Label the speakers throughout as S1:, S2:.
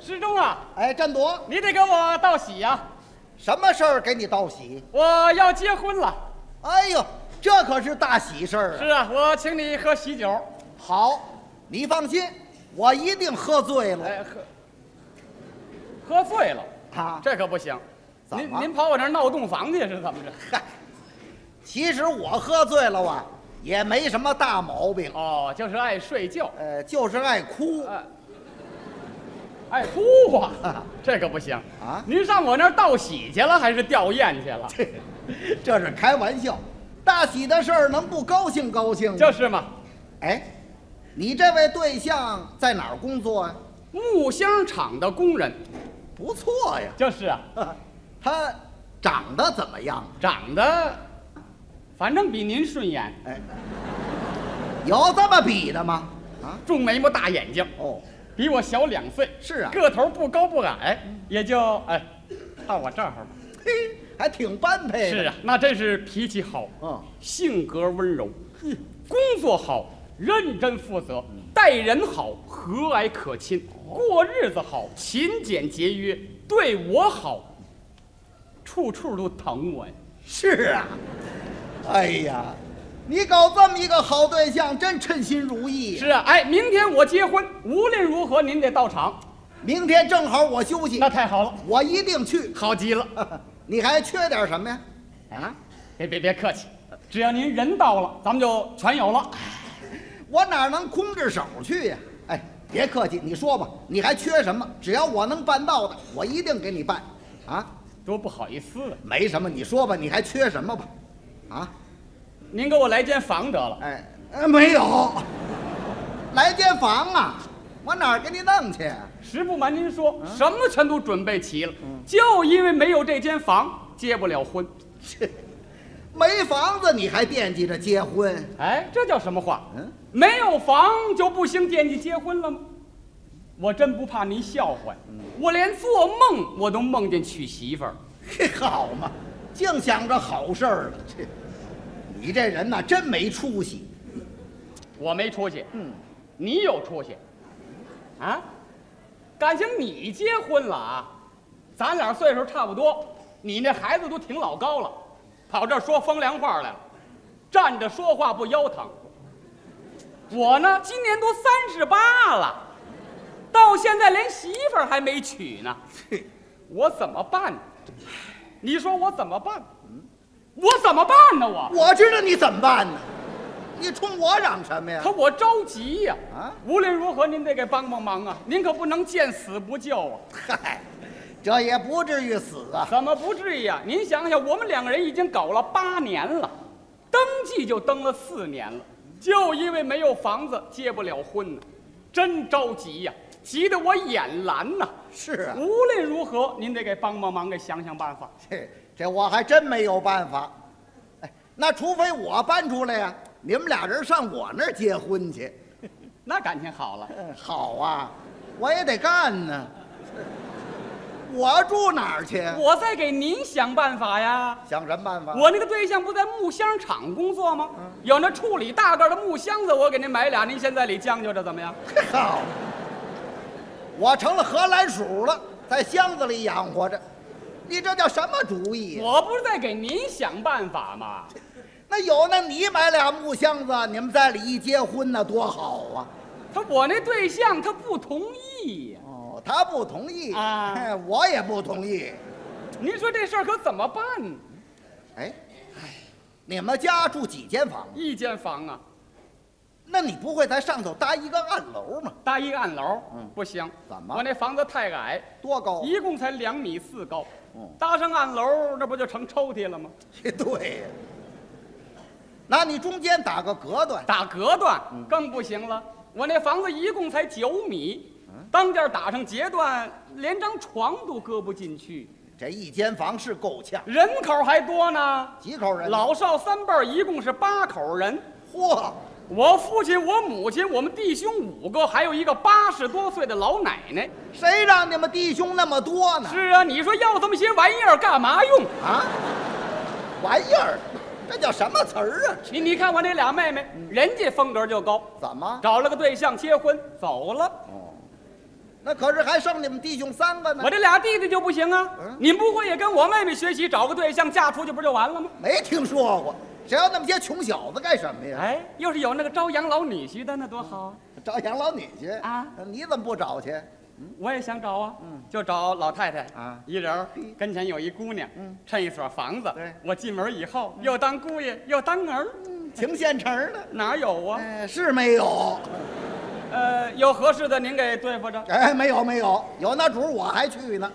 S1: 失重啊！
S2: 哎，占铎，
S1: 你得给我道喜呀、
S2: 什么事儿给你道喜？
S1: 我要结婚了。
S2: 哎呦，这可是大喜事儿
S1: 是
S2: 啊！
S1: 啊，我请你喝喜酒。
S2: 好，你放心，我一定喝醉了。
S1: 哎，喝喝醉了，
S2: 啊，
S1: 这可不行。
S2: 怎
S1: 您
S2: 么
S1: 您跑我这儿闹洞房去是怎么着？
S2: 嗨，其实我喝醉了啊，也没什么大毛病，
S1: 哦，就是爱睡觉，
S2: 呃，就是爱哭。
S1: 哎，爱哭啊
S2: 啊，
S1: 这可不行
S2: 啊
S1: 您上我那儿道喜去了，还是吊唁去了？
S2: 这是开玩笑，大喜的事儿能不高兴高兴吗？
S1: 就是嘛，
S2: 哎，你这位对象在哪儿工作啊？
S1: 木箱厂的工人，
S2: 不错呀，
S1: 就是啊，
S2: 他长得怎么样？
S1: 长得反正比您顺眼，
S2: 哎，有这么比的吗？啊，
S1: 重眉毛大眼睛，
S2: 哦，
S1: 比我小两岁，
S2: 是啊
S1: 个头不高不矮，也就哎，到我这儿吧。
S2: 嘿，还挺般配的。
S1: 是啊，那真是脾气好，
S2: 嗯，
S1: 性格温柔，工作好，认真负责，
S2: 嗯
S1: 待人好，和蔼可亲，
S2: 哦
S1: 过日子好，勤俭节约，对我好，处处都疼我呀。
S2: 是啊。哎呀，你搞这么一个好对象，真称心如意。
S1: 是啊，哎，明天我结婚，无论如何您得到场。
S2: 明天正好我休息
S1: 那，太好了，
S2: 我一定去。
S1: 好极
S2: 嗯
S1: 了。
S2: 你还缺点什么呀？啊，
S1: 别别别客气，只要您人到了，咱们就全有了。
S2: 我哪能空着手去呀、哎，别客气，你说吧，你还缺什么？只要我能办到的，我一定给你办。啊，
S1: 多不好意思啊！
S2: 没什么，你说吧，你还缺什么吧？啊，
S1: 您给我来间房得了。
S2: 哎，呃没有，来间房啊，我哪儿给你弄去？
S1: 实不瞒您说，什么全都准备齐了，就因为没有这间房，结不了婚。
S2: 没房子你还惦记着结婚？
S1: 哎，这叫什么话？
S2: 嗯
S1: 没有房就不兴惦记结婚了吗？我真不怕您笑话，我连做梦我都梦见娶媳妇儿。
S2: 嘿，好嘛，净想着好事儿了。 这，你这人呐，真没出息。
S1: 我没出息，
S2: 嗯，
S1: 你有出息，啊？感情你结婚了啊？咱俩岁数差不多，你那孩子都挺老高了，跑这儿说风凉话来了，站着说话不腰疼。我呢，今年都三十八了，到现在连媳妇儿还没娶呢，我怎么办呢？你说我怎么办？嗯我怎么办呢？我
S2: 我知道你怎么办呢？你冲我嚷什么呀
S1: 可？我着急呀、
S2: 啊
S1: 无论如何，您得给帮帮忙啊！您可不能见死不救啊！
S2: 嗨，这也不至于死啊。
S1: 怎么不至于啊？您想想，我们两个人已经搞了八年了，登记就登了四年了，就因为没有房子，结不了婚呢、真着急呀、急得我眼蓝呐、
S2: 是啊，
S1: 无论如何，您得给帮帮忙，给想想办法。
S2: 这这我还真没有办法。哎，那除非我搬出来呀、你们俩人上我那儿结婚去。
S1: 那感情好了，
S2: 好啊，我也得干呢。我住哪儿去？
S1: 我再给您想办法呀。
S2: 想什么办法？
S1: 我那个对象不在木箱厂工作吗？
S2: 嗯
S1: 有那处理大个儿的木箱子，我给您买俩，您先在里将就着，怎么样？
S2: 好，我成了荷兰鼠了，在箱子里养活着。你这叫什么主意？
S1: 我不是在给您想办法吗？
S2: 那有那你买俩木箱子，你们在里一结婚那多好啊！
S1: 他我那对象他不同意呀、
S2: 哦，他不同意
S1: 啊
S2: 哎 我也不同意。
S1: 您说这事儿可怎么办呢？
S2: 哎，你们家住几间房？
S1: 一间房啊，
S2: 那你不会在上头搭一个暗楼吗？
S1: 搭一个暗楼，
S2: 嗯
S1: 不行，
S2: 怎么
S1: 我那房子太矮，
S2: 多高？啊
S1: 一共才两米四高，
S2: 嗯
S1: 搭上暗楼，那不就成抽屉了吗？
S2: 对呀、那你中间打个隔断，
S1: 打隔断更不行了。我那房子一共才九米，当间打上截断，连张床都搁不进去，
S2: 这一间房是够呛，
S1: 人口还多呢。
S2: 几口人？
S1: 老少三辈儿一共是八口人，
S2: 嚯，
S1: 我父亲、我母亲、我们弟兄五个，还有一个八十多岁的老奶奶。
S2: 谁让你们弟兄那么多呢？
S1: 是啊，你说要这么些玩意儿干嘛用？
S2: 啊，玩意儿，这叫什么词儿啊？
S1: 你你看我那俩妹妹，人家风格就高，
S2: 怎么？
S1: 找了个对象结婚走了。
S2: 哦，那可是还剩你们弟兄三个呢
S1: 我。这俩弟弟就不行啊
S2: 嗯！
S1: 你们不会也跟我妹妹学习，找个对象嫁出去不就完了吗？
S2: 没听说过，谁要那么些穷小子干什么呀？
S1: 哎，要是有那个招养老女婿的，那多好啊！
S2: 找养老女去
S1: 啊？
S2: 你怎么不找去？
S1: 我也想找啊，就找老太太
S2: 嗯啊嗯
S1: 一人儿跟前有一姑娘，趁一所房子
S2: 对，嗯
S1: 我进门以后又当姑爷又当儿，
S2: 情现成 的。
S1: 哪有啊？
S2: 哎，是没有，
S1: 呃，有合适的您给对付着。
S2: 哎，没有没有，有那主我还去 呢，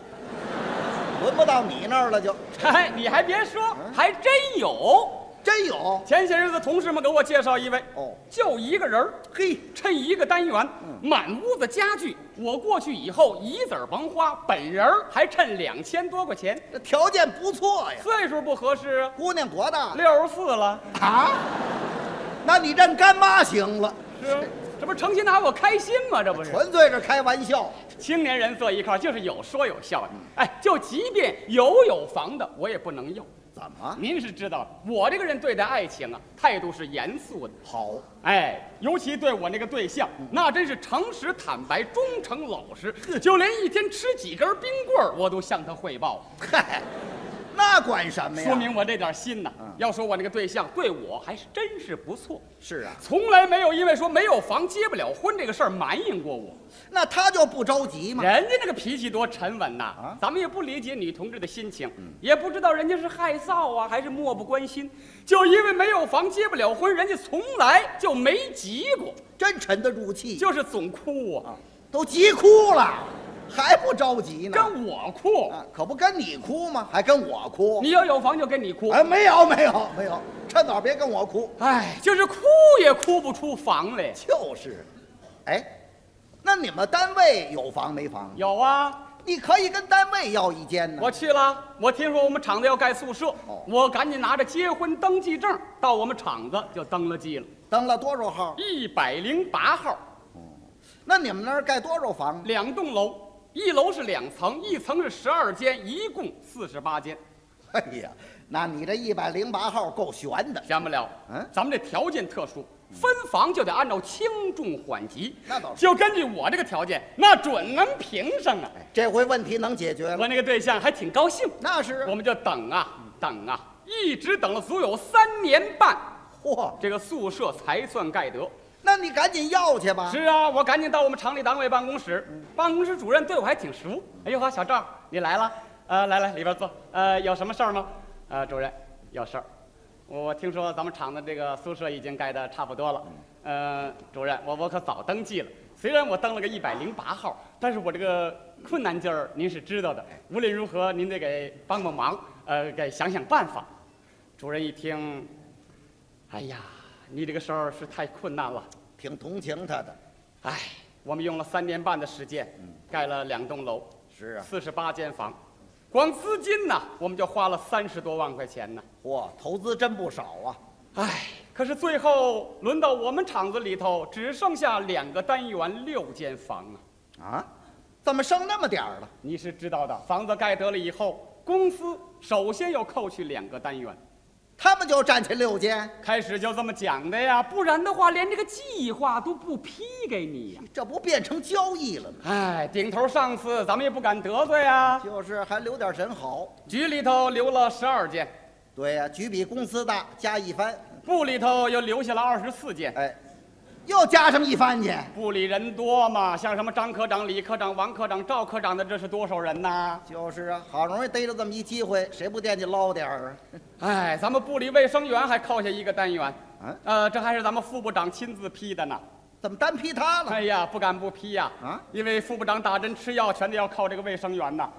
S2: 轮不到你那儿了就，
S1: 哎，你还别说，
S2: 嗯
S1: 还真有。
S2: 真有
S1: 前些日子同事们给我介绍一位，
S2: 哦，
S1: 就一个人儿，
S2: 嘿，
S1: 趁一个单元，满屋子家具。我过去以后一子儿甭花，本人儿还趁两千多块钱，
S2: 这条件不错呀。
S1: 岁数不合适啊，
S2: 姑娘多大了
S1: 六十四了，
S2: 啊？那你认干妈行了，
S1: 是吧这不是成心拿我开心吗？这不是
S2: 纯粹是开玩笑。
S1: 青年人坐一块儿就是有说有笑的。哎，就即便有有房的，我也不能要。
S2: 怎么
S1: 您是知道，我这个人对待爱情啊，态度是严肃的。
S2: 好？
S1: 哎，尤其对我那个对象，那真是诚实、坦白、忠诚、老实，就连一天吃几根冰棍儿，我都向他汇报，
S2: 嗨，那管什么呀？
S1: 说明我这点心呐
S2: 嗯。
S1: 要说我那个对象对我还是真是不错，
S2: 是啊，
S1: 从来没有因为说没有房结不了婚这个事儿埋怨过我。
S2: 那他就不着急嘛。
S1: 人家那个脾气多沉稳呐、
S2: 啊
S1: 咱们也不理解女同志的心情，也不知道人家是害臊啊，还是漠不关心。就因为没有房结不了婚，人家从来就没急过，
S2: 真沉得住气，
S1: 就是总哭嗯啊，
S2: 都急哭了，还不着急呢？
S1: 跟我哭。
S2: 啊，可不跟你哭吗？还跟我哭？
S1: 你要有房就跟你哭，
S2: 哎，没有没有没有，趁早别跟我哭。
S1: 哎，就是哭也哭不出房来。
S2: 就是，啊哎，那你们单位有房没房？
S1: 有啊，
S2: 你可以跟单位要一间呢。
S1: 我去了，我听说我们厂子要盖宿舍
S2: 哦，
S1: 我赶紧拿着结婚登记证到我们厂子就登了记了，
S2: 登了多少号？
S1: 一百零八号，
S2: 那你们那儿盖多少房？
S1: 两栋楼，一楼是两层，一层是十二间，一共四十八间。
S2: 哎呀，那你这一百零八号够悬的。
S1: 闲不了，
S2: 嗯
S1: 咱们这条件特殊，分房就得按照轻重缓急。
S2: 那倒是
S1: 就根据我这个条件，那准能评上啊！
S2: 这回问题能解决了
S1: 我。那个对象还挺高兴。
S2: 那是啊
S1: 我，们就等啊
S2: 嗯
S1: 等啊，一直等了足有三年半，
S2: 嚯，
S1: 这个宿舍才算盖得。
S2: 那你赶紧要去吧。
S1: 是啊，我赶紧到我们厂里党委办公室，办公室主任对我还挺熟。哎呦呵，小赵，你来了，呃，来来里边坐。呃，有什么事儿吗？呃，主任，有事儿。我听说咱们厂的这个宿舍已经盖得差不多了。呃，主任，我我可早登记了。虽然我登了个一百零八号，但是我这个困难劲儿您是知道的。无论如何，您得给帮帮忙，呃，给想想办法。主任一听，哎呀，你这个事儿是太困难了。
S2: 挺同情他的。
S1: 唉，我们用了三年半的时间，盖了两栋楼，
S2: 是啊，
S1: 四十八间房，光资金呢，我们就花了三十多万块钱呢。
S2: 嚯，投资真不少啊。
S1: 唉，可是最后轮到我们厂子里头，只剩下两个单元六间房啊。
S2: 啊，怎么剩那么点儿了？
S1: 你是知道的，房子盖得了以后，公司首先要扣去两个单元，
S2: 他们就占去六间，
S1: 开始就这么讲的呀，不然的话，连这个计划都不批给你呀、
S2: 这不变成交易了吗？
S1: 唉，顶头上司咱们也不敢得罪啊，
S2: 就是还留点神好。
S1: 局里头留了十二间。
S2: 对呀、局比公司大，加一番，
S1: 部里头又留下了二十四件。
S2: 哎，又加上一番去。
S1: 部里人多嘛，像什么张科长、李科长、王科长、赵科长的，这是多少人呐？
S2: 就是啊，好容易逮着这么一机会，谁不惦记捞点儿啊？
S1: 哎，咱们部里卫生员还扣下一个单元，
S2: 嗯
S1: 呃，这还是咱们副部长亲自批的呢。
S2: 怎么单批他了？
S1: 哎呀，不敢不批呀、
S2: 啊
S1: 因为副部长打针吃药全得要靠这个卫生员呐。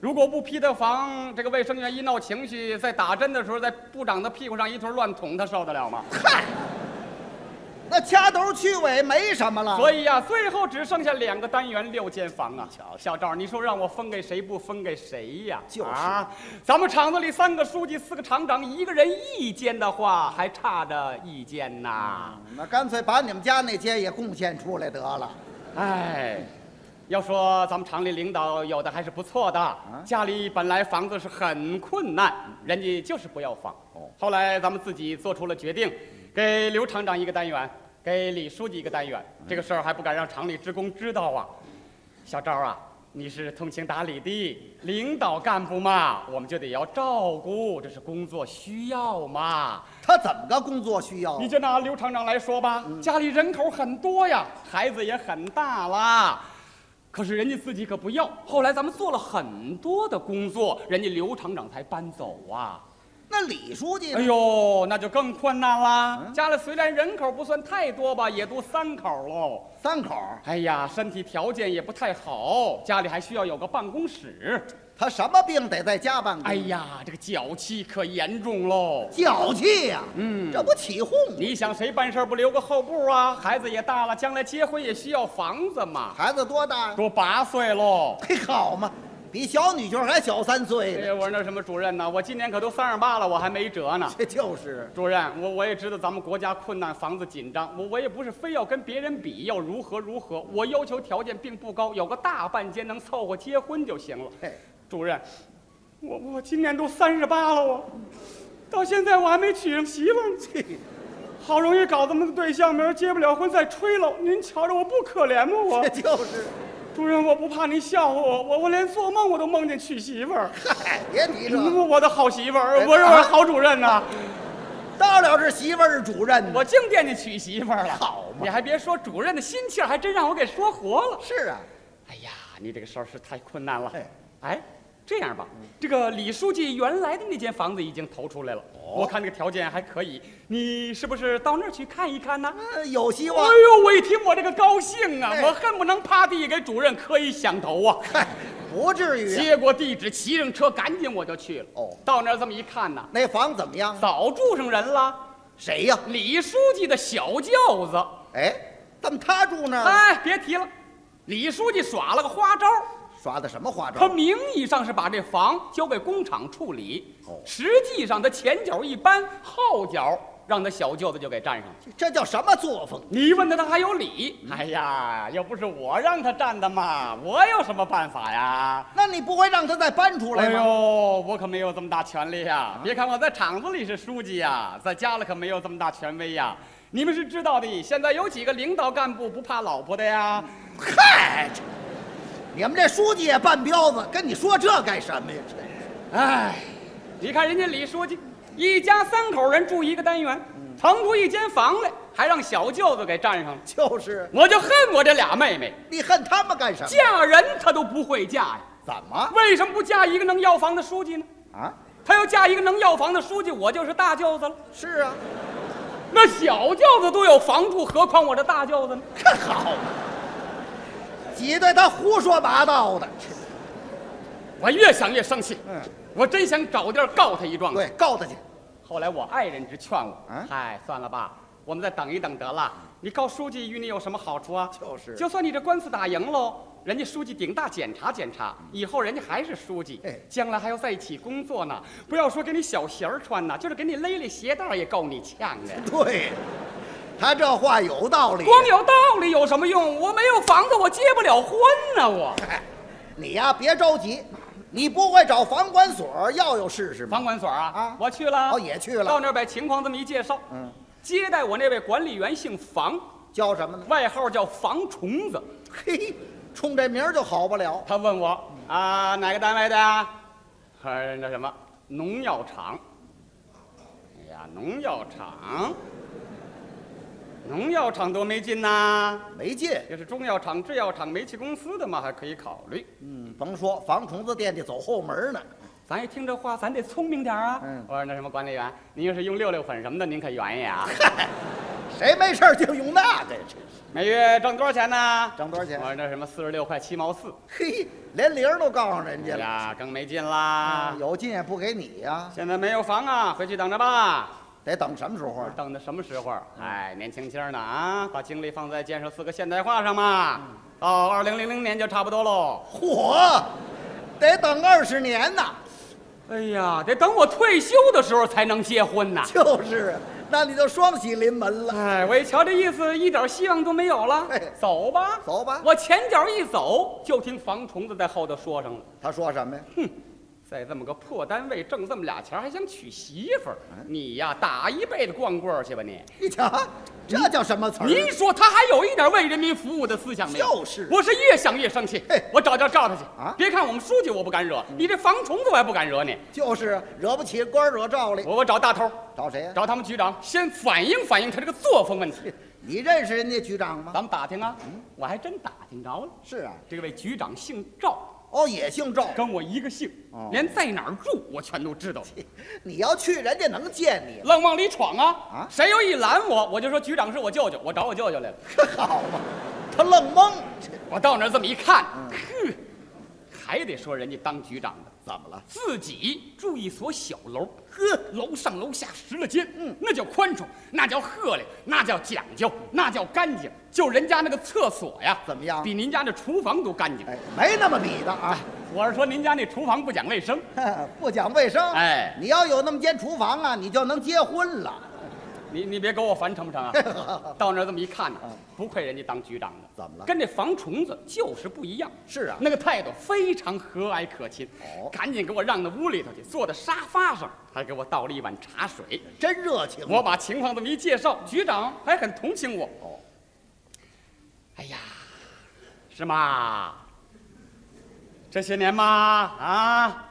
S1: 如果不批的防，这个卫生员一闹情绪，在打针的时候在部长的屁股上一通乱捅，他受得了吗？
S2: 嗨，那掐头去尾没什么了。
S1: 所以呀、最后只剩下两个单元六间房啊。小赵，你说让我分给谁不分给谁呀、
S2: 就是
S1: 啊，咱们厂子里三个书记、四个厂长，一个人一间的话，还差着一间呐。
S2: 那干脆把你们家那间也贡献出来得了。
S1: 哎，要说咱们厂里领导有的还是不错的，家里本来房子是很困难，人家就是不要房。
S2: 哦
S1: 后来咱们自己做出了决定，给刘厂长一个单元，给李书记一个单元。这个事儿还不敢让厂里职工知道啊。小赵啊，你是通情达理的领导干部嘛，我们就得要照顾，这是工作需要嘛。
S2: 他怎么个工作需要啊
S1: 你？就拿刘厂长来说吧，家里人口很多呀，孩子也很大啦。可是人家自己可不要。后来咱们做了很多的工作，人家刘厂长才搬走啊。
S2: 那李书记呢
S1: 哎呦，那就更困难啦。家里虽然人口不算太多吧，也都三口喽。
S2: 三口儿，
S1: 哎呀，身体条件也不太好，家里还需要有个办公室。
S2: 他什么病得在家办公？
S1: 哎，呀，这个脚气可严重喽。
S2: 脚气呀、
S1: 嗯
S2: 这不起哄？
S1: 你想谁办事儿不留个后步啊？孩子也大了，将来结婚也需要房子嘛。
S2: 孩子多大呀？
S1: 都八岁喽。
S2: 嘿，好嘛，比小女婿还小三岁
S1: 哎
S2: 呢。
S1: 呀，我说那什么主任呢？我今年可都三十八了，我还没辙呢。
S2: 这就是
S1: 主任，我我也知道咱们国家困难，房子紧张，我我也不是非要跟别人比，要如何如何。我要求条件并不高，有个大半间能凑合结婚就行了。
S2: 嘿，
S1: 主任，我我今年都三十八了，我到现在我还没娶上媳妇儿，好容易搞这么个对象，明儿结不了婚再吹了。您瞧着我不可怜吗？我
S2: 这就是。
S1: 主任，我不怕您笑话我，我我连做梦我都梦见娶媳妇儿。
S2: 嗨，别提这
S1: 你，们嗯我的好媳妇儿，
S2: 哎
S1: 不是
S2: 啊
S1: 我好主任呐、
S2: 到了这媳妇儿是主任呢。
S1: 我净惦记娶媳妇儿了。
S2: 好嘛
S1: 你还别说，主任的心气儿还真让我给说活了。
S2: 是啊，
S1: 哎呀，你这个事儿是太困难了嗯
S2: 哎。
S1: 哎，这样吧，这个李书记原来的那间房子已经投出来了，我看这个条件还可以，你是不是到那儿去看一看呢？
S2: 嗯有希
S1: 哎
S2: 望。
S1: 呦，我一听我这个高兴啊，
S2: 哎
S1: 我恨不能趴地给主任磕一响头啊！
S2: 嗨，不至于啊。
S1: 接过地址，骑上车，赶紧我就去了。
S2: 哦
S1: 到那儿这么一看呐，
S2: 那房怎么样？
S1: 早住上人了，
S2: 谁呀？
S1: 李书记的小轿子。
S2: 哎，怎么他住那儿了？
S1: 哎，别提了，李书记耍了个花招，
S2: 耍的什么花
S1: 他
S2: 招？
S1: 名义上是把这房交给工厂处理，
S2: 哦
S1: 实际上他前脚一搬，后脚让他小舅子就给占上了。
S2: 这叫什么作风？
S1: 你一问他，他还有理。哎呀，要不是我让他占的嘛，我有什么办法呀？
S2: 那你不会让他再搬出来
S1: 哎呦
S2: 吗？，
S1: 我可没有这么大权利呀、别看我在厂子里是书记呀、在家里可没有这么大权威呀、你们是知道的，现在有几个领导干部不怕老婆的呀？
S2: 嗨，这你们这书记也半彪子，跟你说这干什么呀？ 真是
S1: 哎，你看人家李书记，一家三口人住一个单元，腾出一间房来，还让小舅子给占上了。
S2: 就是，
S1: 我就恨我这俩妹妹，
S2: 你恨他们干什么？
S1: 嫁人她都不会嫁呀。
S2: 怎么
S1: 为什么不嫁一个能要房的书记呢？
S2: 啊？
S1: 她要嫁一个能要房的书记，我就是大舅子了。
S2: 是啊，
S1: 那小舅子都有房住，何况我这大舅子呢？
S2: 这好，挤兑他胡说八道的。
S1: 我越想越生气，
S2: 嗯，
S1: 我真想找地儿告他一状。
S2: 对，告他去。
S1: 后来我爱人直劝我
S2: 啊：“
S1: 嗨、算了吧，我们再等一等得了。你告书记与你有什么好处啊？
S2: 就是
S1: 就算你这官司打赢喽，人家书记顶大检查检查，以后人家还是书记
S2: 哎，
S1: 将来还要在一起工作呢。不要说给你小鞋儿穿呐，就是给你勒勒鞋带儿也够你呛的。
S2: 对，他这话有道理。
S1: 光有道理有什么用？我没有房子，我结不了婚呢、我
S2: 哎你呀，别着急，你不会找房管所要要试试吗？
S1: 房管所啊，
S2: 啊
S1: 我去了，
S2: 哦也去了
S1: 到那儿把情况这么一介绍，
S2: 嗯，
S1: 接待我那位管理员姓房，
S2: 叫什么呢？
S1: 外号叫房虫子。
S2: 嘿，冲这名儿就好不了。
S1: 他问我啊，哪个单位的呀？呃，那什么，农药厂。哎呀，农药厂，农药厂多没劲呐、
S2: 没劲。
S1: 要是中药厂、制药厂、煤气公司的嘛，还可以考虑。
S2: 嗯，甭说防虫子惦记走后门呢。
S1: 咱一听这话，咱得聪明点儿啊。
S2: 嗯
S1: 我说那什么管理员，您要是用六六粉什么的，您可原意 啊。
S2: 谁没事儿就用那个呀？这是
S1: 每月挣多少钱呢？
S2: 挣多少钱
S1: 我说那什么四十六块七毛四。
S2: 嘿，连零儿都告诉人
S1: 哎
S2: 家了。啊
S1: 呀，更没劲啦。
S2: 有劲也不给你呀、
S1: 现在没有房啊，回去等着吧。
S2: 得等什么时候啊？
S1: 等的什么时候？
S2: 嗯
S1: 哎，年轻轻儿呢啊，把精力放在建设四个现代化上嘛。
S2: 嗯
S1: 到二零零零年就差不多喽。
S2: 嚯，得等二十年呐！
S1: 哎呀，得等我退休的时候才能结婚呐。
S2: 就是，啊那你就双喜临门了。
S1: 哎，我一瞧这意思，一点希望都没有了
S2: 嗯嘿。
S1: 走吧，
S2: 走吧
S1: 我前脚一走，就听房虫子在后头说上了
S2: 他说什么呀？：“
S1: 在这么个破单位挣这么俩钱儿，还想娶媳妇儿？
S2: 嗯
S1: 你呀，打一辈子光棍儿去吧你！
S2: 你瞧，哎这叫什么词儿？啊
S1: 您说他还有一点为人民服务的思想没有？
S2: 就是
S1: 我是越想越生气
S2: 嘿。
S1: 我找找赵他去
S2: 啊嗯
S1: 别看我们书记我不敢惹，你这防虫子我还不敢惹你。
S2: 就是啊惹不起官儿惹罩里，
S1: 我我找大头，
S2: 找谁呀、
S1: 找他们局长，先反映反映他这个作风问题。
S2: 你认识人家局长吗？
S1: 咱们打听啊，
S2: 嗯
S1: 我还真打听着了。
S2: 是啊，
S1: 这位局长姓赵，
S2: 哦，也姓赵。
S1: 跟我一个姓
S2: 哦，
S1: 连在哪儿住我全都知道。
S2: 你要去，人家能见你吗？
S1: 愣往里闯啊
S2: 啊！
S1: 谁要一拦我，我就说局长是我舅舅，我找我舅舅来了。
S2: 好嘛， 他愣懵，
S1: 我到那儿这么一看，哼，还得说人家当局长的
S2: 嗯怎么了？
S1: 自己住一所小楼，呵，楼上楼下十来间，嗯，那叫宽敞，那叫鹤亮，那叫讲究，那叫干净。就人家那个厕所呀，
S2: 怎么样
S1: 比您家那厨房都干净。
S2: 哎，没那么比的啊，
S1: 我是说您家那厨房不讲卫生，
S2: 不讲卫生。
S1: 哎
S2: 你要有那么间厨房啊，你就能结婚了。
S1: 你你别给我烦成不成 啊？到那儿这么一看呢、不愧人家当局长的，
S2: 嗯怎么了
S1: 跟这防虫子就是不一样。
S2: 是啊
S1: 那个态度非常和蔼可亲。
S2: 哦
S1: 赶紧给我让到屋里头去，坐到沙发上，还给我倒了一碗茶水。
S2: 真热情。啊
S1: 我把情况这么一介绍，局长还很同情我。
S2: 哦，
S1: 哎呀，是吗？这些年嘛，啊，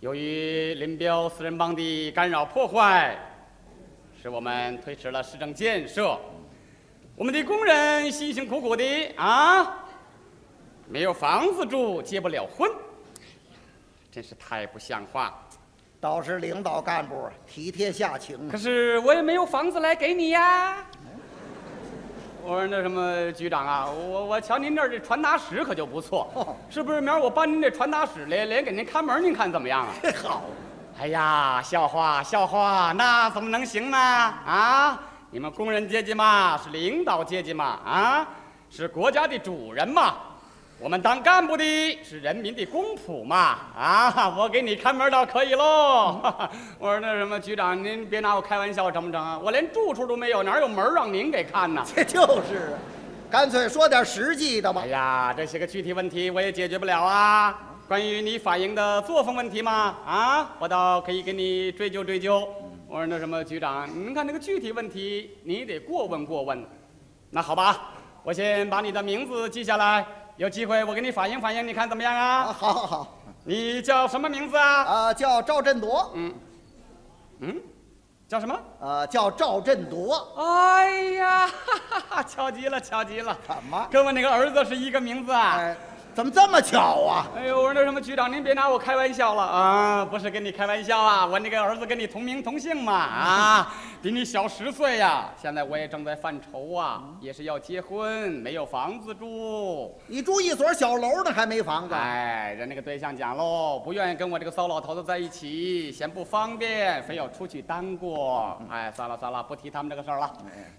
S1: 由于林彪四人帮的干扰破坏，使我们推迟了市政建设。我们的工人辛辛苦苦的啊，没有房子住，结不了婚，真是太不像话了。
S2: 倒是领导干部啊体贴下情啊
S1: 可。是我也没有房子来给你呀。我说那什么局长啊，我我瞧您这儿这传达室可就不错
S2: 哦，
S1: 是不是？明儿我搬您这传达室来，连给您看门儿，您看怎么样啊？
S2: 好，
S1: 哎呀，笑话笑话，那怎么能行呢？啊，你们工人阶级嘛，是领导阶级嘛，啊，是国家的主人嘛。我们当干部的是人民的公仆嘛，啊，我给你看门倒可以喽。 我说那什么局长，您别拿我开玩笑成不成啊？我连住处都没有，哪有门儿让您给看呢？
S2: 这就是啊，干脆说点实际的吧
S1: 哎。呀，这些个具体问题我也解决不了啊。关于你反映的作风问题嘛，啊，我倒可以给你追究追究。我说那什么，局长，您看那个具体问题，你得过问过问。那好吧，我先把你的名字记下来，有机会我给你反映反映，你看怎么样
S2: 啊，
S1: 啊？
S2: 好好好，
S1: 你叫什么名字啊？
S2: 啊，叫赵振铎，
S1: 嗯，叫什么？
S2: 啊，叫赵振铎，
S1: 哎呀， 哈哈哈，巧极了，巧极了，
S2: 怎么？
S1: 跟我那个儿子是一个名字啊。
S2: 哎，怎么这么巧啊？
S1: 哎呦，我说那什么局长，您别拿我开玩笑了啊！不是跟你开玩笑啊，我那个儿子跟你同名同姓嘛啊，比你小十岁呀、现在我也正在犯愁啊，也是要结婚，没有房子住。
S2: 你住一所小楼呢，还没房子？
S1: 哎，人那个对象讲喽，不愿意跟我这个骚老头子在一起，嫌不方便，非要出去单过。哎，算了算了，不提他们这个事儿了，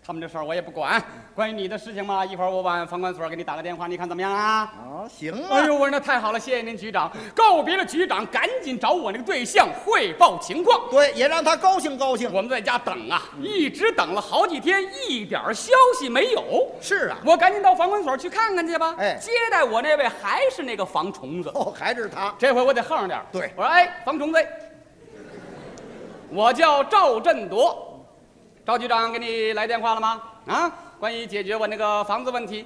S1: 他们这事儿我也不管。关于你的事情嘛，一会儿我往房管所给你打个电话，你看怎么样啊？
S2: 啊，行
S1: 哎
S2: 啊，
S1: 呦，我说那太好了，谢谢您局长。告别了局长，赶紧找我那个对象汇报情况。
S2: 对，也让他高兴高兴。
S1: 我们在家等啊，一直等了好几天，一点儿消息没有。
S2: 是啊，
S1: 我赶紧到房管所去看看去吧。
S2: 哎
S1: 接待我那位还是那个防虫子，
S2: 哦，还是他。
S1: 这回我得横着点儿。
S2: 对
S1: 我说哎，防虫子，我叫赵振铎，赵局长给你来电话了吗？啊，关于解决我那个房子问题。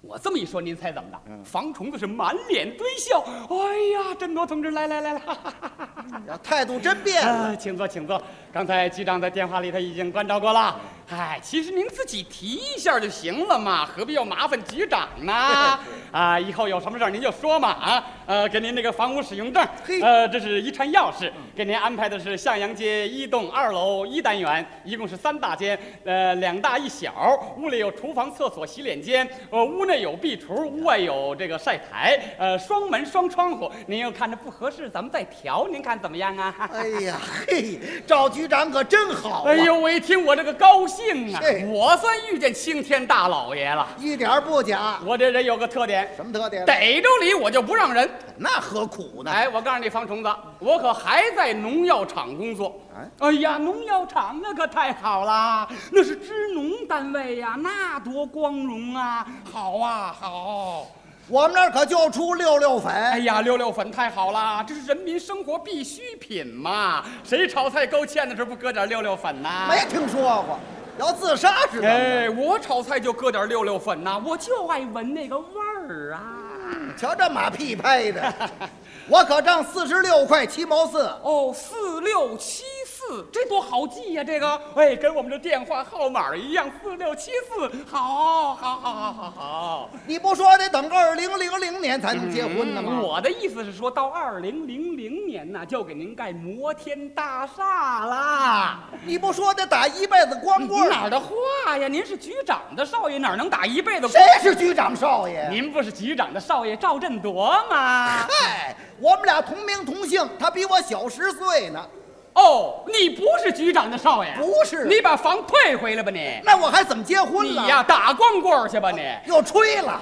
S1: 我这么一说，您猜怎么的？防虫子是满脸堆笑。哎呀，振铎同志，来来来来，哈哈哈哈
S2: 态度真变了。
S1: 啊，请坐，请坐。刚才局长在电话里他已经关照过了。哎，其实您自己提一下就行了嘛，何必要麻烦局长呢？啊，以后有什么事儿您就说嘛啊。呃，给您那个房屋使用证
S2: 嘿，
S1: 呃，这是一串钥匙，给您安排的是向阳街一栋二楼一单元，一共是三大间，呃，两大一小，屋里有厨房、厕所、洗脸间，呃，屋内有壁橱，屋外有这个晒台，呃，双门双窗户。您要看着不合适，咱们再调，您看怎么样啊？
S2: 哎呀，嘿，赵局长可真好、啊。
S1: 哎，呦，我一听我这个高兴啊
S2: 是！
S1: 我算遇见青天大老爷了。
S2: 一点儿不假。
S1: 我这人有个特点，
S2: 什么特点？
S1: 逮着你我就不让人。
S2: 那何苦呢？
S1: 哎，我告诉你，方虫子，我可还在农药厂工作。哎呀，农药厂那可太好啦，那是支农单位呀、那多光荣啊！好啊，好。
S2: 我们那儿可就出六六粉。
S1: 哎呀，六六粉太好啦，这是人民生活必需品嘛！谁炒菜勾芡的时候不搁点六六粉呐？
S2: 没听说过，要自杀知道吗？
S1: 哎，我炒菜就搁点六六粉呐、我就爱闻那个味儿啊！
S2: 瞧这马屁拍的，我可挣四十六块七毛四。
S1: 哦，四六七四，这多好记呀、这个，哎，跟我们这电话号码一样，四六七四，好，好，好，好，好，好。
S2: 你不说得等二零零零年才能结婚呢吗？
S1: 嗯我的意思是说到二零零零年呐、就给您盖摩天大厦啦。
S2: 你不说得打一辈子光棍
S1: 哪
S2: 吗？
S1: 儿的话呀？您是局长的少爷，哪儿能打一辈子工
S2: 谁？是局长少爷？
S1: 您不是局长的少爷赵振铎吗？
S2: 嗨，我们俩同名同姓，他比我小十岁呢。
S1: 哦，你不是局长的少爷，
S2: 不是
S1: 你把房退回来吧你，
S2: 那我还怎么结婚
S1: 你
S2: 了？
S1: 呀打光棍儿去吧你。
S2: 又吹了。